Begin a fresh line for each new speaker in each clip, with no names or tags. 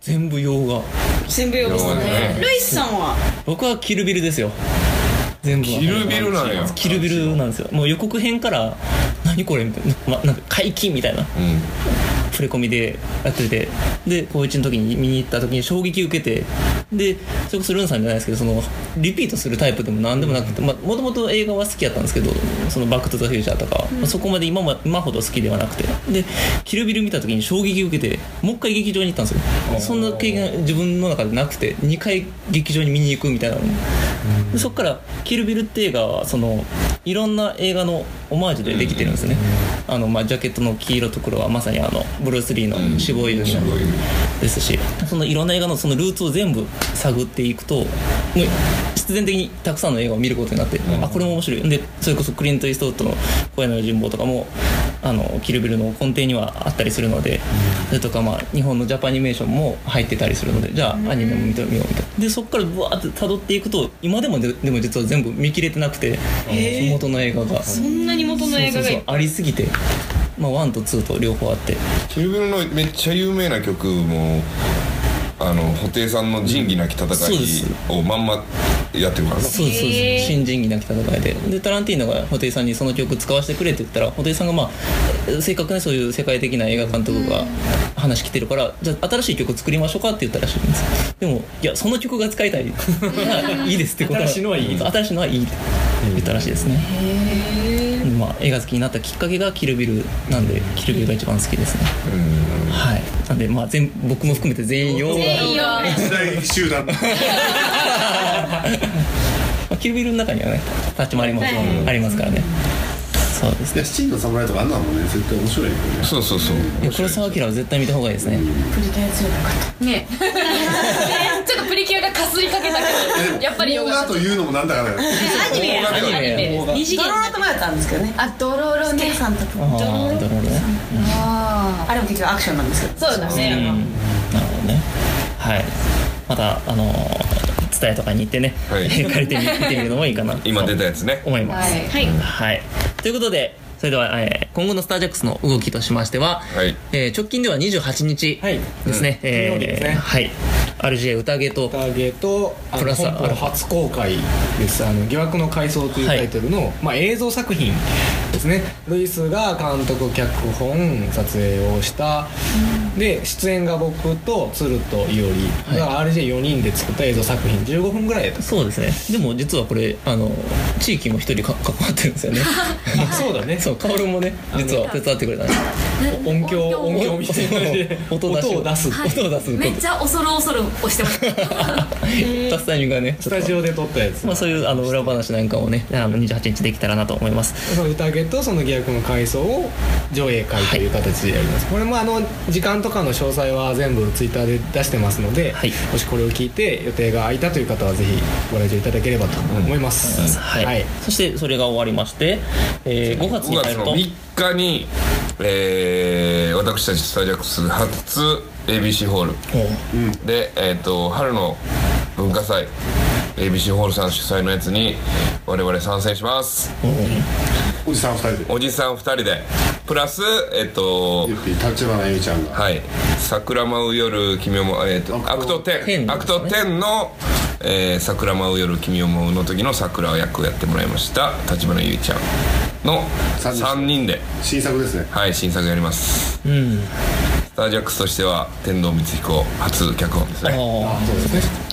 全部洋画
全部用です
洋画
ね
ね
ルイスさんは
僕はキルビルですよ全部は
キルビルなんや
キルビルなんですよもう予告編から「何これ」みたいなまなんか解禁みたいな
うん
触れ込みでやっててで高1の時に見に行った時に衝撃受けてでそれこそルンさんじゃないですけどそのリピートするタイプでも何でもなくてもともと映画は好きやったんですけど「そのバック・トゥ・ザ・フューチャー」とか、まあそこまで今も今ほど好きではなくてで「キルビル」見た時に衝撃受けてもう一回劇場に行ったんですよそんな経験自分の中でなくて2回劇場に見に行くみたいなのでそっから「キルビル」って映画はそのいろんな映画のオマージュでできてるんですね、あのまあ、ジャケットの黄色と黒はまさにあのブルース・リーの死亡遊戯のですしそのいろんな映画のそのルーツを全部探っていくともう必然的にたくさんの映画を見ることになって、あこれも面白いでそれこそクリント・イーストウッドの「声の人望」とかもあのキルビルの根底にはあったりするので、それとかまあ日本のジャパニメーションも入ってたりするのでじゃあアニメも見てみようみたいなでそこからぶわーって辿っていくと今でもででも実は全部見切れてなくて
へー
元の映画が。
そんなに元の映画
そ
が
うそうそうありすぎて、まあ、1と2と両方あって
キルビルのめっちゃ有名な曲もあの布袋さんの「仁義なき戦
そうで
い
す」
をまんまやってるからな
そうですそう
へ
で
ー
す新人技なき戦いででタランティーノが布袋さんにその曲使わせてくれって言ったら布袋さんがまあえせっかくねそういう世界的な映画監督が話来てるからじゃあ新しい曲作りましょうかって言ったらしいんですでもいやその曲が使いたいいいですってこと
新しいのはいいと
新しいのはいいって言ったらしいですねまあ映画好きになったきっかけがキルビルなんでキルビルが一番好きですねはいなんでまあ全僕も含めて全員洋画
いいよ
時代集団
まあ、キルビルの中にはね立ち回りも
はい
ありますからね、そうです
い
ね
や七人の侍とかあんなのもね絶対面白いよね
そうそうそう
いや黒澤明は絶対見た方がいいですね、
ねちょっとプリキュアがかすりかけたけどやっぱりヨ
洋
ガ
画というのもなんだからだよ
アニメや
アニメ
メ
二次元
ドローと迷ったんですけどね
あドロロね
さんと
ああなるほどね
あ
あれも結局アクションなんですけど
そうだ
うん
ね
なるほどねはいまたあのー、伝えとかに行ってね、
はい
借りてみ見てみるのもいいかなと
今出たやつね
思いま
は
す、
い
はい
はい。ということで、それでは、えー今後のスタージャックスの動きとしましては、
はい
えー直近では28日
はい
ですね。
金曜日ですね
はい。RGA 宴と、
ターゲットあ
プ
の
ラス
本邦初公開です「あの疑惑の回想」という
はい
タイトルの、まあ、映像作品ですねルイスが監督脚本撮影をしたで出演が僕と鶴と伊織だから RJ4 人で作った映像作品15分ぐらいだった
そうですね。でも実はこれ、あの、地域も一人か関わってるんですよ ね。
あそうだね
そう、カオルもね、実は手伝ってくれたんです
音響音響みたいな感じで
お
音
音出し
を出す、
はい
音を出すこと
めっちゃ恐る恐る押してました
出すタイミングがね、ち
ス
ょっ
タ
と
ジオで撮ったやつ
まあそういうあの裏話なんかもね、あの28日できたらなと思います。
その宴とその疑惑の回想を上映会という形でやります、これもあの時間とかの詳細は全部ツイッターで出してますので、
はい
もしこれを聞いて予定が空いたという方はぜひご来場いただければと思います、
はい、そしてそれが終わりまして、え5月に
5
入
月
る
の
と
3日に、えー私たちスタージャックス初 ABC ホールで、えー、と春の文化祭 ABC ホールさん主催のやつに我々参戦します
おじさん二人で
おじさん2人でプラスえっ、と
ゆっぴー立花由美ちゃんが
はい「桜舞う夜君を舞う」えーと「アクト
天
10」「アクト10」の「えー桜舞う夜君を舞う」の時の桜役をやってもらいました立花ゆいちゃんの
三人
3人で
新作ですね
はい新作やりますうんスタージャックスとしては天童光彦初脚本ですね
あ
そうですね
あ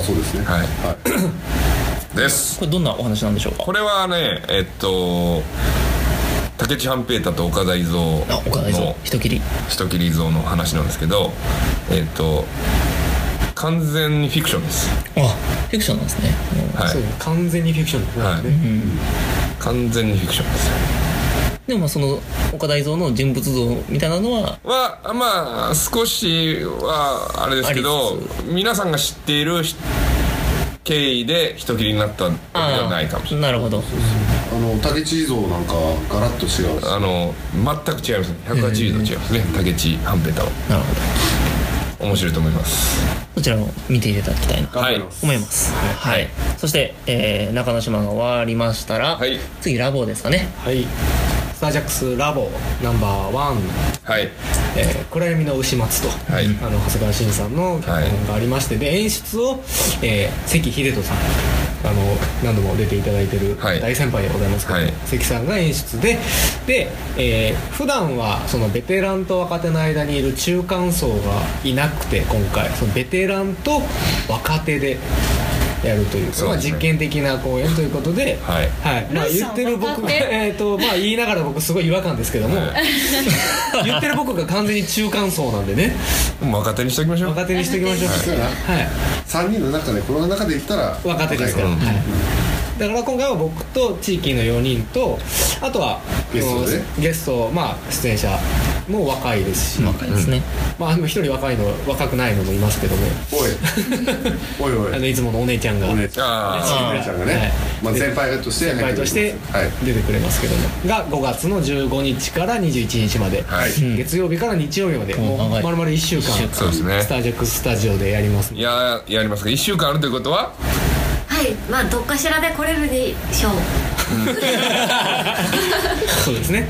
あそうですね
はい
は
です
ーこれどんなお話なんでしょうか
これはねえっと竹内半平太と岡田伊蔵
あ岡田さん
の
人切り
人切り伊蔵の話なんですけどえっと完全にフィクションです
あフィクションなんですね、うん
はい
そう完全にフィクションですね、
はい完全にフィクションです
でもまあその岡田伊蔵の人物像みたいなのは
はまあ少しはあれですけど
あり
皆さんが知っているひ経緯で人切りになったわけではないかもしれない
なるほど
いあの竹地蔵なんかガラッと違うし
あの全く違いますね180度違いますね、竹地半平太は
なるほど
面白いと思います
そちらも見ていただきたいなと
はい
思いますはい、そして、えー中之島が終わりましたら、
はい
次ラボですかね
はいスタージャックスラボナンバーワン
はい
えー暗闇の牛松と、
はい
あの長谷川慎さんの脚本がありまして、で演出を、えー関秀人さんあの何度も出ていただいてる
はい
大先輩でございますけど、
はい
関さんが演出でで、えー普段はそのベテランと若手の間にいる中間層がいなくて今回そのベテランと若手でやるという
そう
まあ、
ですね
実験的な公演ということで、
はい
はいまあ、
ルー
言
さん
ってる僕
若
が、
手
えーとまあ、言いながら僕すごい違和感ですけども、言ってる僕が完全に中間層なんでね
もう若手にしておきましょう
若手にしておきましょう
うだな
はい
3人の中でこの中で言ったら
若手ですから、
うん
はい、だから今回は僕と地域の4人とあとは
ゲストで
あのゲストまあ出演者も若いですし、
若いですね、
まああの一人若いの若くないのもいますけども
おいおいおい
あのいつものお姉ちゃんが
お姉ちゃん
あ
お姉ちゃんがね、
はい
まあ、先輩として
先輩として
はい
出てくれますけども、が5月の15日から21日まで、
はい
ん
月曜日から日曜日まで、
ん
もう
長い
丸々1週間
一週間
そうですね
スタジャックスタジオでやります
いやーやりますか1週間あるということは
はいまあどっかしらで来れるでしょう
そうです ね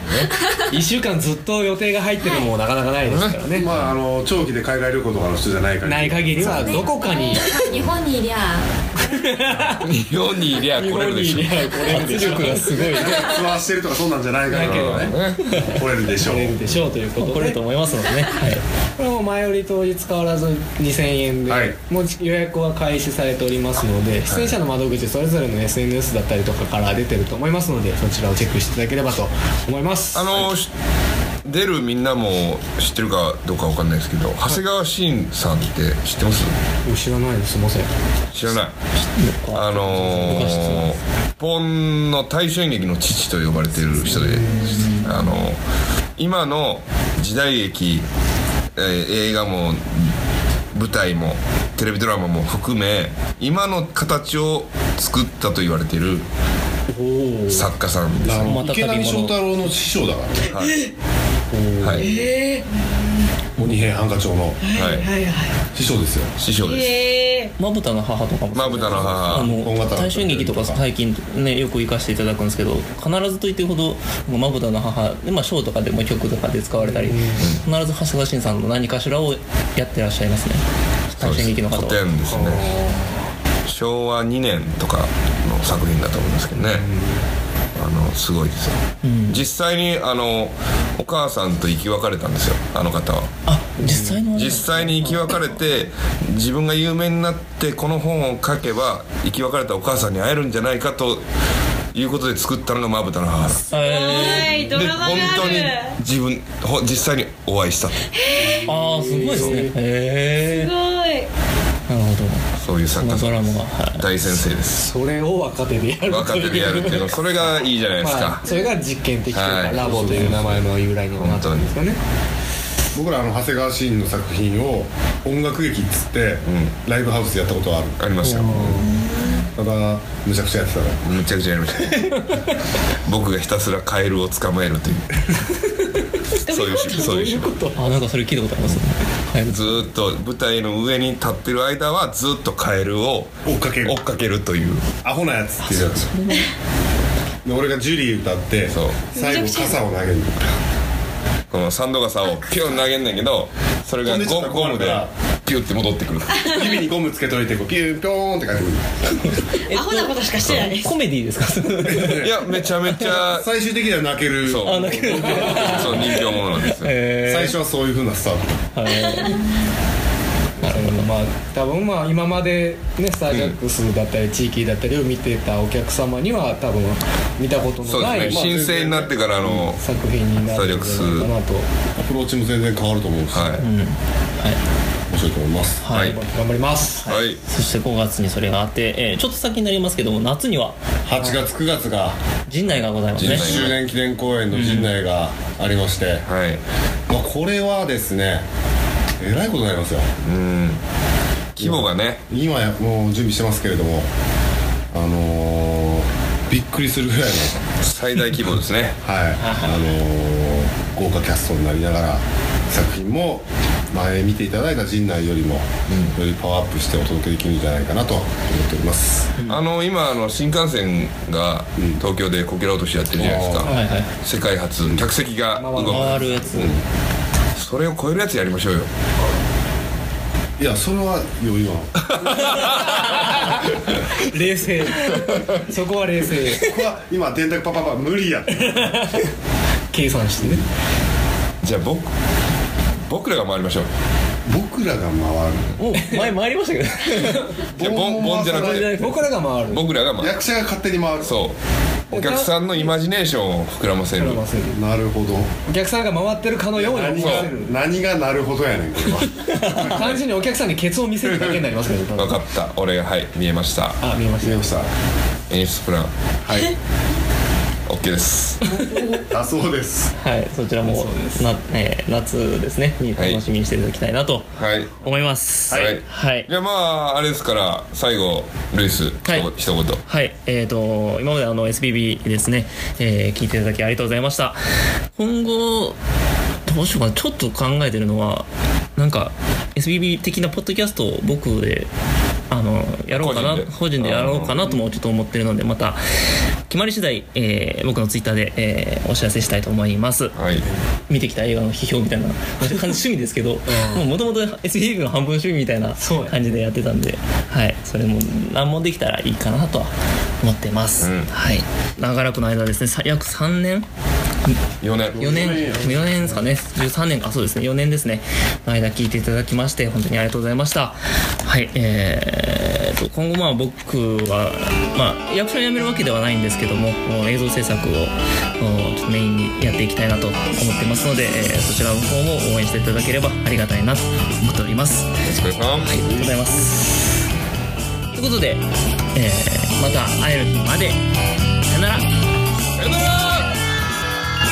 1週間ずっと予定が入ってるのもなかなかないですからね、
まああの長期で海外旅行とかの人じゃないから
ない限りは
ね
どこかに
日本にいりゃ
日本にいりゃ来れるでしょう
日本にいりゃ来れるでしょう
すごい
ツアーしてるとかそうなんじゃないか
な
ら
い
ね来れるでしょう
来れるでしょうということで
来れると思いますのでね、はい、
これも前売り当日変わらず2000円で、
はい
もう予約は開始されておりますので出演者の窓口それぞれの SNS だったりとかから出てると思いますのでそちらをチェックしていただければと思います
あのーし出るみんなも知ってるかどうかわかんないですけど長谷川慎さんって知ってます
知らないですすいません
知らないあのー、ポンの大衆演劇の父と呼ばれてる人であのー今の時代劇、えー映画も舞台もテレビドラマも含め今の形を作ったと言われてる作家さんですね、
また
池
旅物
波正太郎の師匠だからね
はい
鬼平犯科帳の
はい、
師匠ですよ
師匠です
ええ
まぶたの母とかも
まぶたの母
あ
大型
の
の
大衆演劇とか最近ねよく行かせていただくんですけど必ずと言ってるほどまぶたの母で、まあ、ショーとかでも曲とかで使われたり必ず長谷川慎さんの何かしらをやってらっしゃいますね大衆演劇の方
古
は
典ですね昭和2年とかの作品だと思いますけどねあのすごいですよ、実際にあのお母さんと生き別れたんですよあの方は
あ実際の
実際に生き別れて自分が有名になってこの本を書けば生き別れたお母さんに会えるんじゃないかということで作ったのがまぶたの母だ
はいド
で
ラマがあ
本
る
当に自分ほ実際にお会いした
ああすごいですねへ
すごい
えなるほど
そういう作
こ
家
の
さ
ド
ん
ラマがはい
大先生です
それを若手でやる
若手でやるっていうのそれがいいじゃないです
ま
か
あ、それが実験的というか、
はい
ラボという名前の由来にもなったんですよね
僕らあの長谷川慎の作品を音楽劇っつって、ライブハウスでやったことはある
ありましたよ
ただむちゃくちゃやってたから
むちゃくちゃやりましたね 僕がひたすらカエルを捕まえるというそういう趣味そういう趣味
あなんかそれ聞いたことありますはい
ずーっと舞台の上に立ってる間はずーっとカエルを
追っかける
追っかけるという
アホなやつっていうやつで俺がジュリー歌って
そう
最後傘を投げる
このサンド傘をピュン投げんねんけどそれが
飛んでっちゃっ
ゴ
た
ゴムで
ゴムが
ピュって戻ってく る
指にゴムつけといてこうピューピョーンって書いてくる
アホなことしかしてないです
コメディですか
いやめちゃめち ゃ
最終的には泣ける
そう
あなんか
そう人形ものなんですよ
最初はそういうふうなスタート
まあ多分まあ今までねスタージャックスだったり地域だったりを見てたお客様には多分見たこと
そ
の
うで
ない、
すね
まあ
新生になってからの
作品になるんじゃないかなと、
アプローチも全然変わると思うし、
はい
面白いと思います
はい
頑張ります、
はい
そして5月にそれがあって、えーちょっと先になりますけども夏には
8月9月が
陣内がございます
10
ね
陣内
周年記念公演の陣内がありまして、
はい
まあ、これはですねえらいことになりますよ
規模がね
今やもう準備してますけれどもあのー、びっくりするぐらいの
最大規模ですね
はい、あのー豪華キャストになりながら作品も前見ていただいた陣内よりも、よりパワーアップしてお届けできるんじゃないかなと思っております
あの今あの新幹線が東京でこけら落としやってるじゃないですか、
はいはい
世界初客席が動
回るやつ、
くそれを超えるやつやりましょうよ
いやそれは 余裕なの
冷静 そこは冷静
僕は今電卓パパパ無理やって
計算してね
じゃあ僕僕らが回りましょう
僕らが回る
もう前回りました けど
じゃあボンボンじゃなくて
僕らが回る
僕らが回る
役者が勝手に回る
そうお客さんのイマジネーションを膨らませる
膨らませる
なるほど
お客さんが回ってるかのように
何
見
が
せる
何がなるほどやねんこ れは
単純にお客さんにケツを見せるだけになりますけど
分かった俺がはい見えました
あ見えまし
見え
た
ました
演出プラン
はい
OK です
だそうです
はいそちらもな、えー夏ですねに楽しみにしていただきたいなと
はい
思います
はい
はい
じゃあまああれですから最後ルイス
はい
一言一
はい、えー、と今まであの SBB ですね、えー聞いていただきありがとうございました今後どうしようかなちょっと考えてるのはなんか SBB 的なポッドキャストを僕であのやろうかな
個
個
人
人
で
でやろうかなともちょっと思ってるのでまた決まり次第、えー僕のツイッターで、えーお知らせしたいと思います
言はい
見てきた映画の批評みたいな感じ趣味ですけどもともと SBB の半分趣味みたいな
そうや
感じでやってたんで、はい、それも何もできたらいいかなとは思ってます、
うん
はい、長らくの間ですねさ約3年
4年
4年4年ですかね13年かそうですね4年ですねの間聞いていただきまして本当にありがとうございましたはいえー、と今後まあ僕はまあ役者を辞めるわけではないんですけどももう映像制作をもうちょっとメインにやっていきたいなと思ってますので、えーそちらの方も応援していただければありがたいなと思っております
お疲れ様
はい、ありがとうございます。ということで、えーまた会える日まで、さよなら。
さよなら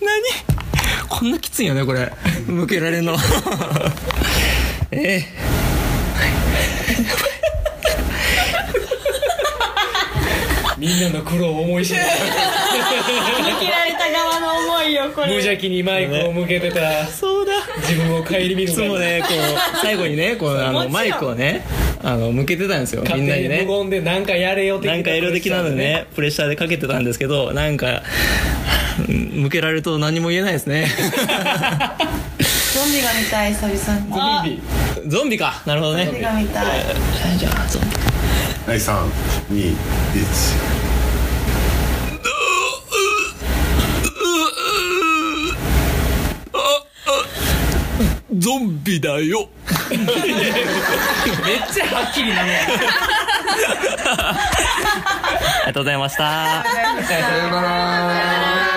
何こんなきついよねこれ向けられんのええ
みんなの苦労を思い知る
向けられた側の思いよこ
無
れ
邪気にマイクを向けてた
そうだ
自分を顧みる
いつもねこう最後にねこうあの
もちろん
マイクをねあの向けてたんですよみ
勝
んな
手
に
に
ね
無言でなんかやれよ的
なんか色的なのでねプレッシャーでかけてたんですけどなんかうん向けられると何も言えないですね
ゾンビが見たい久々にゾ
ビビ
ゾンビかなるほど
ン
ね
ビが見たい
じゃあゾンビ
はい321
ゾンビだよめっちゃはっきり なのありがとうございました
さよなら